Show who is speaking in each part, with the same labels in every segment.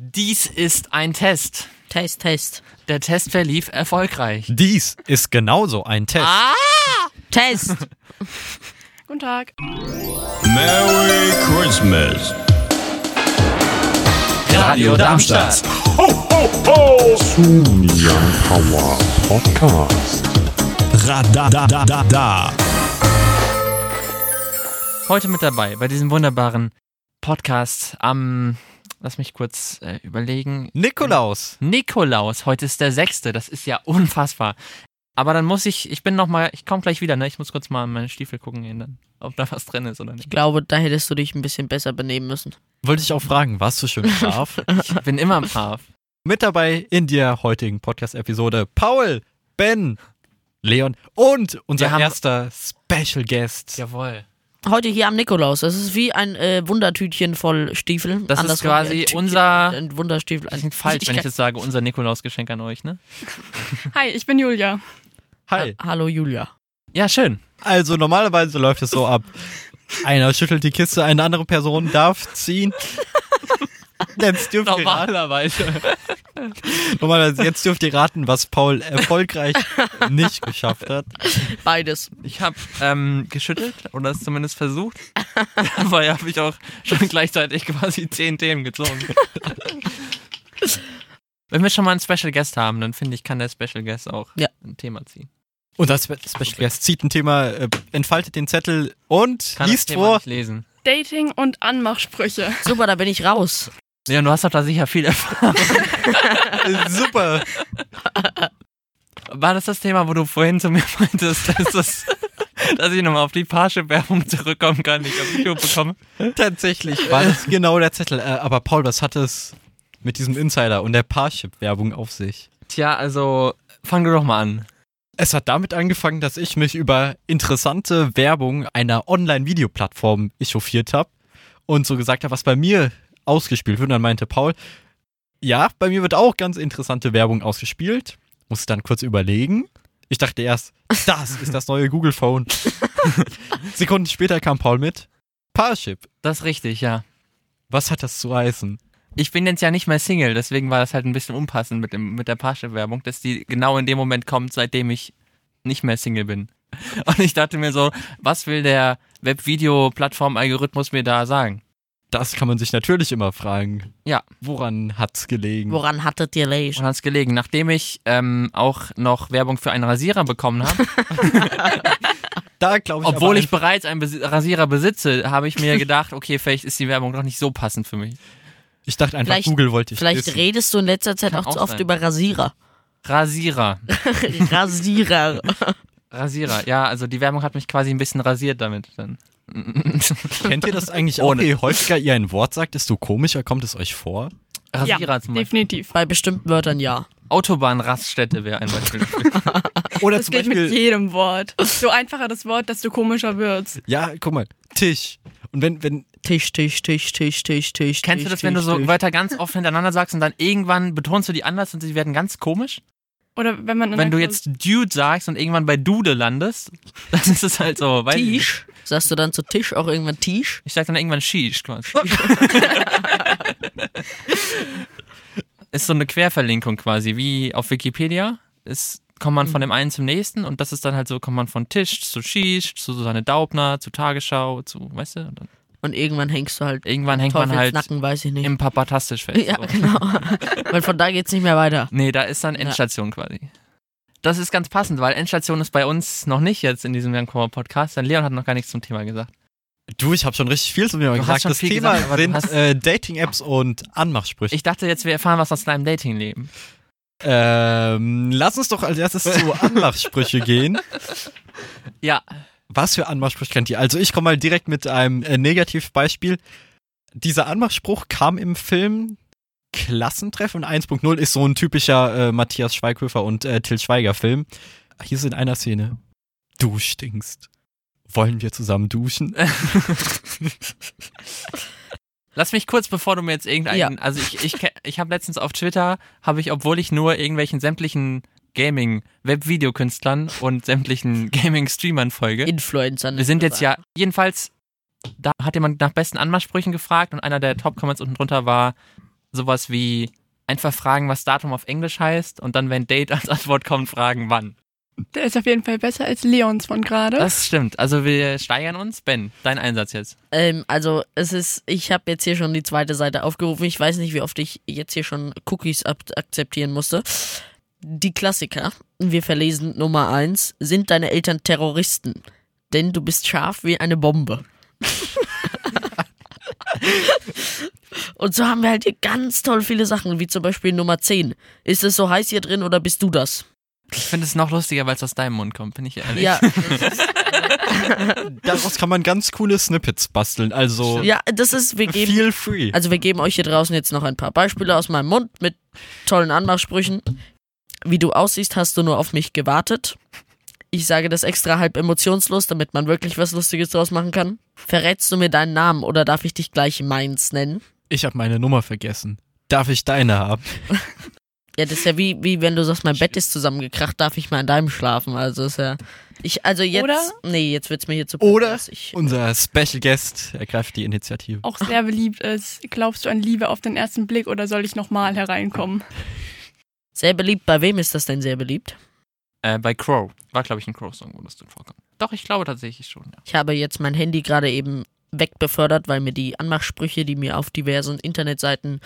Speaker 1: Dies ist ein Test.
Speaker 2: Test, Test.
Speaker 1: Der Test verlief erfolgreich.
Speaker 3: Dies ist genauso ein Test.
Speaker 1: Ah!
Speaker 2: Test.
Speaker 4: Guten Tag.
Speaker 5: Merry Christmas.
Speaker 1: Radio Darmstadt.
Speaker 5: Radadadada.
Speaker 1: Heute mit dabei bei diesem wunderbaren Podcast am, lass mich kurz äh, überlegen,
Speaker 3: Nikolaus.
Speaker 1: Nikolaus. Heute ist der sechste. Das ist ja unfassbar. Aber dann muss ich, ich bin noch mal, ich komme gleich wieder, ne? Ich muss kurz mal in meine Stiefel gucken, gehen, dann, ob da was drin ist oder
Speaker 2: Ich
Speaker 1: nicht.
Speaker 2: glaube, da hättest du dich ein bisschen besser benehmen müssen.
Speaker 3: Wollte ich auch fragen, warst du schön brav?
Speaker 1: Ich bin immer brav.
Speaker 3: Mit dabei in der heutigen Podcast-Episode Paul, Ben, Leon und unser
Speaker 1: Wir haben-
Speaker 3: erster Special Guest.
Speaker 1: Jawohl.
Speaker 2: Heute hier am Nikolaus. Das ist wie ein äh, Wundertütchen voll Stiefeln.
Speaker 1: Das ist
Speaker 2: Andersrum,
Speaker 1: quasi
Speaker 2: ein Tütchen,
Speaker 1: unser-
Speaker 2: Ein Wunderstiefel.
Speaker 1: Das klingt falsch, wenn ich jetzt sage, unser Nikolausgeschenk an euch, ne?
Speaker 4: Hi, ich bin Julia.
Speaker 3: Hi.
Speaker 2: Hallo Julia.
Speaker 1: Ja, schön.
Speaker 3: Also normalerweise läuft es so ab. Einer schüttelt die Kiste, eine andere Person darf ziehen. Jetzt dürft, ihr raten,
Speaker 1: Normalerweise.
Speaker 3: normalerweise, jetzt dürft ihr raten, was Paul erfolgreich nicht geschafft hat.
Speaker 2: Beides.
Speaker 1: Ich habe ähm, geschüttelt oder es zumindest versucht. Dabei habe ich auch schon gleichzeitig quasi zehn Themen gezogen. Wenn wir schon mal einen Special Guest haben, dann finde ich, kann der Special Guest auch
Speaker 2: Ja.
Speaker 1: ein Thema ziehen.
Speaker 3: Und das Spe- Special Guest zieht ein Thema, äh, entfaltet den Zettel und
Speaker 1: Kann
Speaker 3: liest
Speaker 1: das Thema
Speaker 3: vor.
Speaker 1: nicht lesen.
Speaker 4: Dating und Anmachsprüche.
Speaker 2: Super, da bin ich raus.
Speaker 1: Leon, du hast doch da sicher viel Erfahrung.
Speaker 3: Super.
Speaker 1: War das das Thema, wo du vorhin zu mir meintest, dass, das, dass ich nochmal auf die Parship-Werbung zurückkommen kann, die ich auf YouTube bekomme?
Speaker 3: Tatsächlich war das genau der Zettel. Äh, aber Paul, was hat es mit diesem Insider und der Parship-Werbung auf sich?
Speaker 1: Tja, also fang du doch mal an.
Speaker 3: Es hat damit angefangen, dass ich mich über interessante Werbung einer Online-Videoplattform echauffiert habe und so gesagt habe, was bei mir ausgespielt wird. Und dann meinte Paul, ja, bei mir wird auch ganz interessante Werbung ausgespielt. Muss dann kurz überlegen. Ich dachte erst, das ist das neue Google Phone. Sekunden später kam Paul mit Parship.
Speaker 1: Das ist richtig, ja.
Speaker 3: Was hat das zu heißen?
Speaker 1: Ich bin jetzt ja nicht mehr Single, deswegen war das halt ein bisschen unpassend mit, dem, mit der Parship-Werbung, dass die genau in dem Moment kommt, seitdem ich nicht mehr Single bin. Und ich dachte mir so, was will der Webvideo-Plattform-Algorithmus mir da sagen?
Speaker 3: Das kann man sich natürlich immer fragen.
Speaker 1: Ja.
Speaker 3: Woran hat's gelegen?
Speaker 2: Woran hattet ihr Leisch?
Speaker 1: Und hat's gelegen, nachdem ich ähm, auch noch Werbung für einen Rasierer bekommen habe,
Speaker 3: Da glaube ich,
Speaker 1: obwohl
Speaker 3: aber
Speaker 1: ich bereits einen Besi Rasierer besitze, habe ich mir gedacht, okay, vielleicht ist die Werbung doch nicht so passend für mich.
Speaker 3: ich dachte einfach
Speaker 2: Vielleicht-
Speaker 3: Google wollte ich
Speaker 2: Vielleicht
Speaker 3: wissen.
Speaker 2: redest du in letzter Zeit
Speaker 1: Kann
Speaker 2: auch zu
Speaker 1: auch
Speaker 2: oft
Speaker 1: sein.
Speaker 2: über Rasierer.
Speaker 1: Rasierer.
Speaker 2: Rasierer.
Speaker 1: Rasierer, ja, also die Werbung hat mich quasi ein bisschen rasiert damit. Dann.
Speaker 3: Kennt ihr das eigentlich auch?
Speaker 1: Ohne.
Speaker 3: Je häufiger ihr ein Wort sagt, desto komischer kommt es euch vor.
Speaker 1: Rasierer zum Beispiel.
Speaker 4: definitiv.
Speaker 2: Bei bestimmten Wörtern ja.
Speaker 1: Autobahnraststätte wäre ein Beispiel.
Speaker 3: Oder
Speaker 4: Das
Speaker 3: zum
Speaker 4: geht mit
Speaker 3: Beispiel,
Speaker 4: jedem Wort. So einfacher das Wort, desto komischer wird's.
Speaker 3: ja, guck mal, Tisch. Und wenn, wenn,
Speaker 2: Tisch, Tisch, Tisch, Tisch, Tisch, Tisch.
Speaker 1: Kennst du
Speaker 2: Tisch,
Speaker 1: das, wenn du
Speaker 2: Tisch,
Speaker 1: so
Speaker 2: Tisch.
Speaker 1: Wörter ganz oft hintereinander sagst und dann irgendwann betonst du die anders und sie werden ganz komisch?
Speaker 4: Oder wenn man in
Speaker 1: Wenn du
Speaker 4: einer Klaus-
Speaker 1: jetzt Dude sagst und irgendwann bei Dude landest, dann ist es halt so, weil ich
Speaker 2: Tisch? Sagst du dann zu Tisch auch irgendwann Tisch?
Speaker 1: sag dann irgendwann Shish quasi. ist so eine Querverlinkung quasi, wie auf Wikipedia. Ist, kommt man von dem einen zum nächsten und das ist dann halt so, kommt man von Tisch zu Shish, zu Susanne Daubner, zu Tagesschau, zu, weißt du? Und dann
Speaker 2: Und irgendwann hängst du halt
Speaker 1: irgendwann hängt man halt
Speaker 2: Teufelsnacken, weiß ich nicht.
Speaker 1: im Papatastisch fest.
Speaker 2: ja,
Speaker 1: so.
Speaker 2: genau. Weil von da geht's nicht mehr weiter.
Speaker 1: Nee, da ist dann Endstation quasi. Das ist ganz passend, weil Endstation ist bei uns noch nicht jetzt in diesem Vancouver Podcast, denn Leon hat noch gar nichts zum Thema gesagt.
Speaker 3: du, ich habe schon richtig viel zu mir
Speaker 1: hast
Speaker 3: gesagt.
Speaker 1: schon
Speaker 3: Das
Speaker 1: viel
Speaker 3: Thema
Speaker 1: gesagt, aber du hast-
Speaker 3: sind äh, Dating-Apps und Anmachsprüche.
Speaker 1: Ich dachte jetzt, wir erfahren was aus deinem Datingleben.
Speaker 3: Ähm, lass uns doch als erstes zu Anmachsprüche gehen.
Speaker 1: Ja,
Speaker 3: Was für Anmachsprüche kennt ihr? Also ich komme mal direkt mit einem äh, Negativbeispiel. Dieser Anmachspruch kam im Film Klassentreffen 1.0, ist so ein typischer äh, Matthias Schweighöfer und äh, Till Schweiger Film. Hier ist in einer Szene, du stinkst. Wollen wir zusammen duschen? Äh,
Speaker 1: lass mich kurz, bevor du mir jetzt irgendeinen,
Speaker 2: Ja.
Speaker 1: also ich, ich, ke- ich habe letztens auf Twitter, habe ich, obwohl ich nur irgendwelchen sämtlichen Gaming-Web-Videokünstlern und sämtlichen Gaming-Streamern folge,
Speaker 2: Influencer. ne?
Speaker 1: Wir sind jetzt ja, jedenfalls, da hat jemand nach besten Anmachsprüchen gefragt und einer der Top-Comments unten drunter war, sowas wie einfach fragen, was Datum auf Englisch heißt und dann, wenn Date als Antwort kommt, fragen, wann.
Speaker 4: Der ist auf jeden Fall besser als Leons von gerade.
Speaker 1: Das stimmt. Also wir steigern uns. Ben, dein Einsatz jetzt.
Speaker 2: Ähm, also es ist, ich habe jetzt hier schon die zweite Seite aufgerufen. Ich weiß nicht, wie oft ich jetzt hier schon Cookies ab akzeptieren musste. Die Klassiker, wir verlesen Nummer eins. sind deine Eltern Terroristen? Denn du bist scharf wie eine Bombe. Und so haben wir halt hier ganz toll viele Sachen, wie zum Beispiel Nummer 10. Ist es so heiß hier drin oder bist du das?
Speaker 1: Ich finde es noch lustiger, weil es aus deinem Mund kommt, bin ich ehrlich.
Speaker 2: Ja,
Speaker 3: Daraus kann man ganz coole Snippets basteln. Also
Speaker 2: ja, das ist, wir geben
Speaker 3: feel free.
Speaker 2: Also wir geben euch hier draußen jetzt noch ein paar Beispiele aus meinem Mund mit tollen Anmachsprüchen. Wie du aussiehst, hast du nur auf mich gewartet. Ich sage das extra halb emotionslos, damit man wirklich was Lustiges draus machen kann. Verrätst du mir deinen Namen oder darf ich dich gleich meins nennen?
Speaker 3: ich habe meine Nummer vergessen. Darf ich deine haben?
Speaker 2: Ja, das ist ja wie, wie wenn du sagst, mein Bett ist zusammengekracht, darf ich mal in deinem schlafen. Also ist ja. Ich, also jetzt.
Speaker 4: Oder-
Speaker 2: Nee, jetzt wird's mir hier zu
Speaker 3: Oder
Speaker 2: Ich,
Speaker 3: Unser Special Guest ergreift die Initiative.
Speaker 4: Auch sehr beliebt ist. Glaubst du an Liebe auf den ersten Blick oder soll ich nochmal hereinkommen?
Speaker 2: sehr beliebt. Bei wem ist das denn sehr beliebt?
Speaker 1: Äh, bei Crow. War, glaube ich, ein Crow-Song, wo das drin vorkommt. Doch, ich glaube tatsächlich schon, ja.
Speaker 2: Ich habe jetzt mein Handy gerade eben wegbefördert, weil mir die Anmachsprüche, die mir auf diversen Internetseiten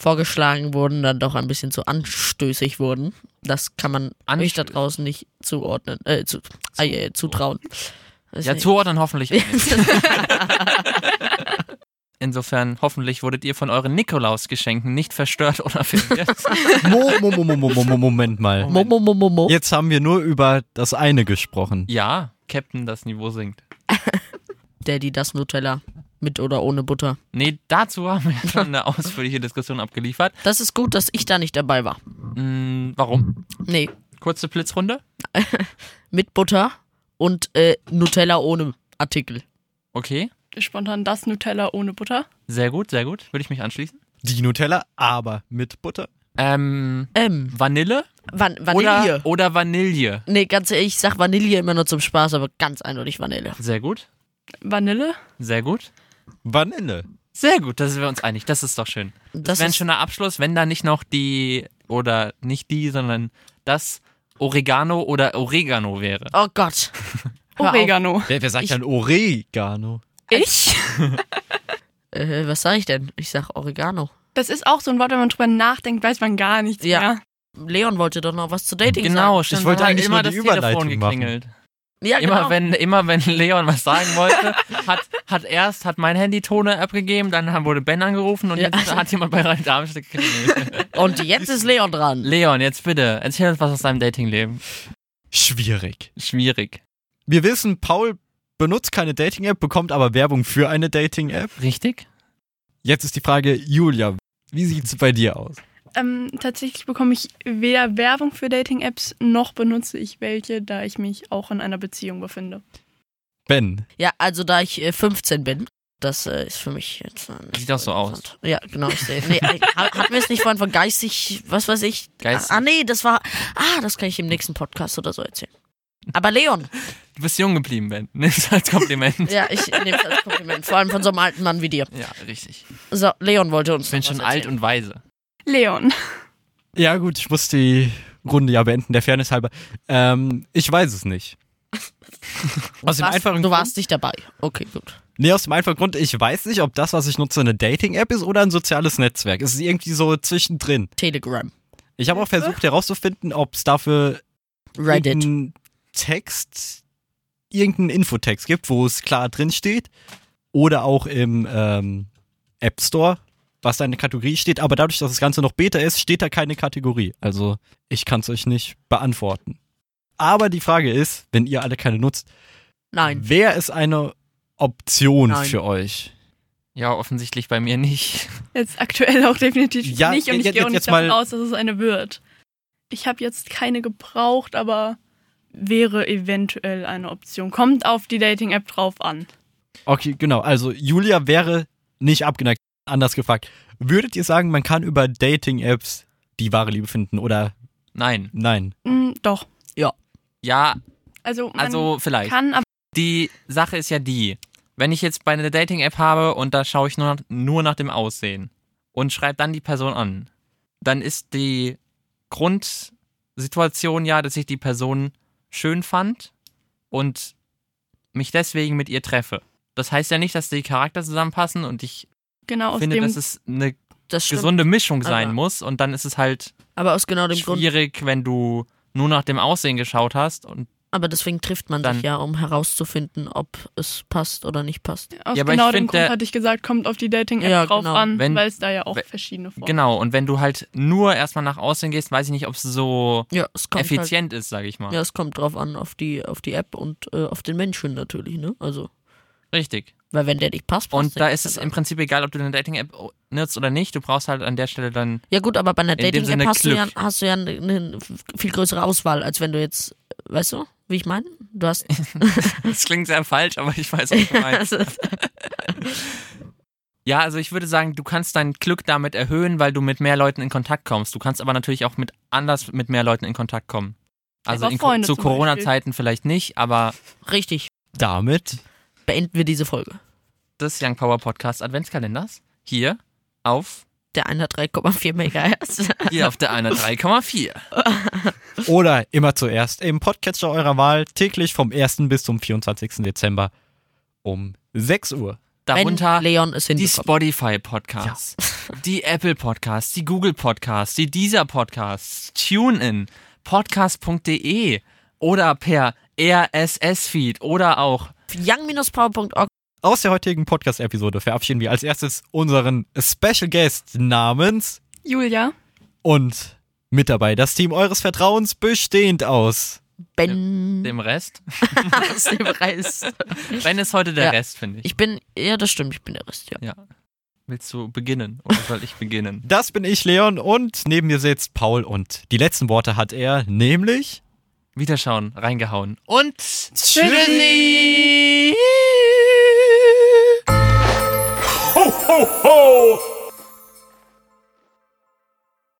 Speaker 2: vorgeschlagen wurden, dann doch ein bisschen zu anstößig wurden. Das kann man euch da
Speaker 1: Anstößig.
Speaker 2: draußen nicht zuordnen, äh, zu, ah, äh, zutrauen.
Speaker 1: Ja, zuordnen hoffentlich. auch nicht. Insofern, hoffentlich wurdet ihr von euren Nikolausgeschenken nicht verstört oder verwirrt.
Speaker 3: Mo, mo, mo, mo, mo, mo, mo, Moment mal.
Speaker 2: Mo, mo, mo, mo, mo.
Speaker 3: Jetzt haben wir nur über das eine gesprochen.
Speaker 1: ja, Captain, das Niveau sinkt.
Speaker 2: Daddy, das Nutella. Mit oder ohne Butter.
Speaker 1: Nee, dazu haben wir schon eine ausführliche Diskussion abgeliefert.
Speaker 2: Das ist gut, dass ich da nicht dabei war.
Speaker 1: Hm, warum?
Speaker 2: Nee,
Speaker 1: Kurze Blitzrunde?
Speaker 2: mit Butter und äh, Nutella ohne Artikel.
Speaker 1: Okay,
Speaker 4: Spontan das Nutella ohne Butter.
Speaker 1: sehr gut, sehr gut. Würde ich mich anschließen.
Speaker 3: Die Nutella, aber mit Butter.
Speaker 1: Ähm,
Speaker 2: Ähm,
Speaker 1: Vanille?
Speaker 2: Van Vanille.
Speaker 1: Oder, oder Vanille.
Speaker 2: Nee, ganz ehrlich, ich sag Vanille immer nur zum Spaß, aber ganz eindeutig Vanille.
Speaker 1: Sehr gut,
Speaker 4: Vanille.
Speaker 1: sehr gut.
Speaker 3: Vanille.
Speaker 1: Sehr gut, da sind wir uns einig. Das ist doch schön. Das
Speaker 2: Das
Speaker 1: wäre ein
Speaker 2: ist-
Speaker 1: schöner Abschluss, wenn da nicht noch die oder nicht die, sondern das Oregano oder Oregano wäre.
Speaker 2: Oh Gott.
Speaker 1: Oh,
Speaker 2: Hör auf.
Speaker 4: Oregano.
Speaker 3: Wer, wer sagt
Speaker 2: Ich-
Speaker 3: dann Oregano?
Speaker 4: Ich?
Speaker 2: Äh, was sag ich denn? Ich sag Oregano.
Speaker 4: Das ist auch so ein Wort, wenn man drüber nachdenkt, weiß man gar nichts
Speaker 2: Ja.
Speaker 4: mehr.
Speaker 2: Leon wollte doch noch was zu Dating
Speaker 1: Genau,
Speaker 2: sagen.
Speaker 1: stimmt.
Speaker 3: Ich wollte
Speaker 1: da hat
Speaker 3: eigentlich
Speaker 1: immer
Speaker 3: nur die
Speaker 1: das Telefon
Speaker 3: Überleitung machen.
Speaker 1: geklingelt.
Speaker 2: Ja,
Speaker 1: Immer
Speaker 2: genau.
Speaker 1: wenn immer wenn Leon was sagen wollte, hat, hat erst hat mein Handy Tone abgegeben, dann haben- wurde Ben angerufen und
Speaker 2: Ja.
Speaker 1: jetzt hat jemand bei Radio Darmstadt geklingelt.
Speaker 2: Und jetzt ist Leon dran.
Speaker 1: Leon, jetzt bitte, erzähl uns was aus deinem Datingleben.
Speaker 3: Schwierig.
Speaker 1: Schwierig.
Speaker 3: Wir wissen, Paul benutzt keine Dating-App, bekommt aber Werbung für eine Dating-App.
Speaker 1: Richtig?
Speaker 3: Jetzt ist die Frage, Julia, wie sieht's bei dir aus?
Speaker 4: Ähm, tatsächlich bekomme ich weder Werbung für Dating-Apps noch benutze ich welche, da ich mich auch in einer Beziehung befinde.
Speaker 3: Ben,
Speaker 2: Ja, also da ich äh, 15 bin, das äh, ist für mich jetzt. äh, nicht
Speaker 1: Sieht auch so aus.
Speaker 2: interessant. Ja, genau. Ich sehe. Nee, äh, ha- hatten wir es nicht vorhin von geistig, was weiß ich?
Speaker 1: Geistig.
Speaker 2: Ah, nee, das war. Ah, das kann ich im nächsten Podcast oder so erzählen. Aber Leon,
Speaker 1: Du bist jung geblieben, Ben. Nimm's als Kompliment.
Speaker 2: ja, ich nehme es als Kompliment. Vor allem von so einem alten Mann wie dir.
Speaker 1: ja, richtig. Ich
Speaker 2: So, Leon wollte uns.
Speaker 1: bin
Speaker 2: noch
Speaker 1: schon
Speaker 2: was
Speaker 1: alt
Speaker 2: erzählen.
Speaker 1: und weise.
Speaker 4: Leon.
Speaker 3: ja gut, ich muss die Runde ja beenden, der Fairness halber. Ähm, ich weiß es nicht. Aus
Speaker 2: warst,
Speaker 3: dem einfachen
Speaker 2: Du
Speaker 3: Grund,
Speaker 2: warst nicht dabei. Okay, gut.
Speaker 3: nee, aus dem einfachen Grund, ich weiß nicht, ob das, was ich nutze, eine Dating-App ist oder ein soziales Netzwerk. Es ist irgendwie so zwischendrin.
Speaker 2: Telegram.
Speaker 3: Ich habe auch versucht herauszufinden, ob es dafür
Speaker 2: Reddit.
Speaker 1: Hm,
Speaker 3: irgendeinen Text, irgendeinen Infotext gibt, wo es klar drin steht. Oder auch im ähm, App Store, was da in der Kategorie steht. Aber dadurch, dass das Ganze noch Beta ist, steht da keine Kategorie. Also ich kann es euch nicht beantworten. Aber die Frage ist, wenn ihr alle keine nutzt,
Speaker 2: Nein.
Speaker 3: wer ist eine Option
Speaker 2: Nein.
Speaker 3: für euch?
Speaker 1: Ja, offensichtlich bei mir nicht.
Speaker 4: Jetzt aktuell auch definitiv
Speaker 3: Ja,
Speaker 4: nicht und ich
Speaker 3: jetzt-
Speaker 4: gehe auch
Speaker 3: jetzt-
Speaker 4: nicht
Speaker 3: jetzt mal-
Speaker 4: davon aus, dass es eine wird. Ich habe jetzt keine gebraucht, aber wäre eventuell eine Option. Kommt auf die Dating-App drauf an.
Speaker 3: Okay, genau. Also Julia wäre nicht abgeneigt. Anders gefragt, würdet ihr sagen, man kann über Dating-Apps die wahre Liebe finden oder
Speaker 1: Nein.
Speaker 3: nein?
Speaker 4: Hm, doch.
Speaker 1: Ja,
Speaker 4: Also, man
Speaker 1: also vielleicht.
Speaker 4: kann, aber
Speaker 1: Die Sache ist ja die, wenn ich jetzt bei einer Dating-App habe und da schaue ich nur, nur nach dem Aussehen und schreibt dann die Person an, dann ist die Grundsituation ja, dass ich die Person schön fand und mich deswegen mit ihr treffe. Das heißt ja nicht, dass die Charakter zusammenpassen und ich
Speaker 4: Genau, aus
Speaker 1: finde,
Speaker 4: dem
Speaker 1: dass es eine
Speaker 2: Das stimmt.
Speaker 1: gesunde Mischung sein
Speaker 2: Aber-
Speaker 1: muss und dann ist es halt
Speaker 2: aber aus genau dem Grund.
Speaker 1: schwierig, wenn du nur nach dem Aussehen geschaut hast und
Speaker 2: Aber deswegen trifft man
Speaker 1: Dann-
Speaker 2: sich ja, um herauszufinden, ob es passt oder nicht passt.
Speaker 4: Aus
Speaker 1: Ja, aber
Speaker 4: genau
Speaker 1: ich
Speaker 4: dem
Speaker 1: find,
Speaker 4: Grund
Speaker 1: der-
Speaker 4: hatte ich gesagt, kommt auf die Dating-App
Speaker 2: Ja,
Speaker 4: drauf
Speaker 2: genau.
Speaker 4: an,
Speaker 1: Wenn-
Speaker 4: weil es da ja auch
Speaker 1: wenn-
Speaker 4: verschiedene Formen
Speaker 1: genau und wenn du halt nur erstmal nach Aussehen gehst, weiß ich nicht, ob es so
Speaker 2: Ja, es kommt halt,
Speaker 1: effizient ist, sage ich mal.
Speaker 2: Ja, es kommt drauf an auf die auf die App und äh, auf den Menschen natürlich, ne? Also,
Speaker 1: Richtig.
Speaker 2: weil wenn der nicht passt, passt
Speaker 1: Und
Speaker 2: der
Speaker 1: da
Speaker 2: nicht.
Speaker 1: ist es
Speaker 2: Also-
Speaker 1: im Prinzip egal, ob du eine Dating-App nutzt oder nicht. Du brauchst halt an der Stelle dann
Speaker 2: Ja gut, aber bei
Speaker 1: In
Speaker 2: einer
Speaker 1: dem
Speaker 2: Dating-App
Speaker 1: Sinne
Speaker 2: hast, du ja,
Speaker 1: Glück.
Speaker 2: hast du ja eine, eine viel größere Auswahl, als wenn du jetzt, weißt du, wie ich meine? Du hast...
Speaker 1: Das klingt sehr falsch, aber ich weiß, was du meinst.
Speaker 2: also,
Speaker 1: Ja, also ich würde sagen, du kannst dein Glück damit erhöhen, weil du mit mehr Leuten in Kontakt kommst. Du kannst aber natürlich auch mit anders mit mehr Leuten in Kontakt kommen. Also
Speaker 4: Aber
Speaker 1: in, Ko-
Speaker 4: Freunde
Speaker 1: zu
Speaker 4: zum Beispiel.
Speaker 1: Corona-Zeiten vielleicht nicht, aber
Speaker 2: richtig,
Speaker 3: Damit
Speaker 2: beenden wir diese Folge.
Speaker 1: des Young Power Podcast Adventskalenders hier auf
Speaker 2: Der eine hat 3,4 Megahertz.
Speaker 1: hier auf der einer 3,4.
Speaker 3: oder immer zuerst im Podcatcher eurer Wahl täglich vom 1. bis zum 24. Dezember um 6 Uhr.
Speaker 1: Darunter
Speaker 2: wenn Leon es
Speaker 1: die
Speaker 2: hinbekommt.
Speaker 1: Spotify Podcasts, die Apple Podcasts, die Google Podcasts, die Deezer Podcasts, TuneIn, podcast.de oder per RSS-Feed oder auch
Speaker 2: Young-power.org
Speaker 3: Aus der heutigen Podcast-Episode verabschieden wir als erstes unseren Special Guest namens
Speaker 4: Julia,
Speaker 3: und mit dabei das Team eures Vertrauens bestehend aus.
Speaker 2: Ben
Speaker 1: dem Rest.
Speaker 2: aus dem Reis.
Speaker 1: Wenn es heute der
Speaker 2: Ja.
Speaker 1: Rest, finde ich.
Speaker 2: Ich bin, ja das stimmt, ich bin der Rest, ja.
Speaker 1: Ja. Willst du beginnen oder soll ich beginnen?
Speaker 3: Das bin ich, Leon, und neben mir sitzt Paul und die letzten Worte hat er, nämlich
Speaker 1: Wiederschauen, reingehauen und
Speaker 4: Tschüssi!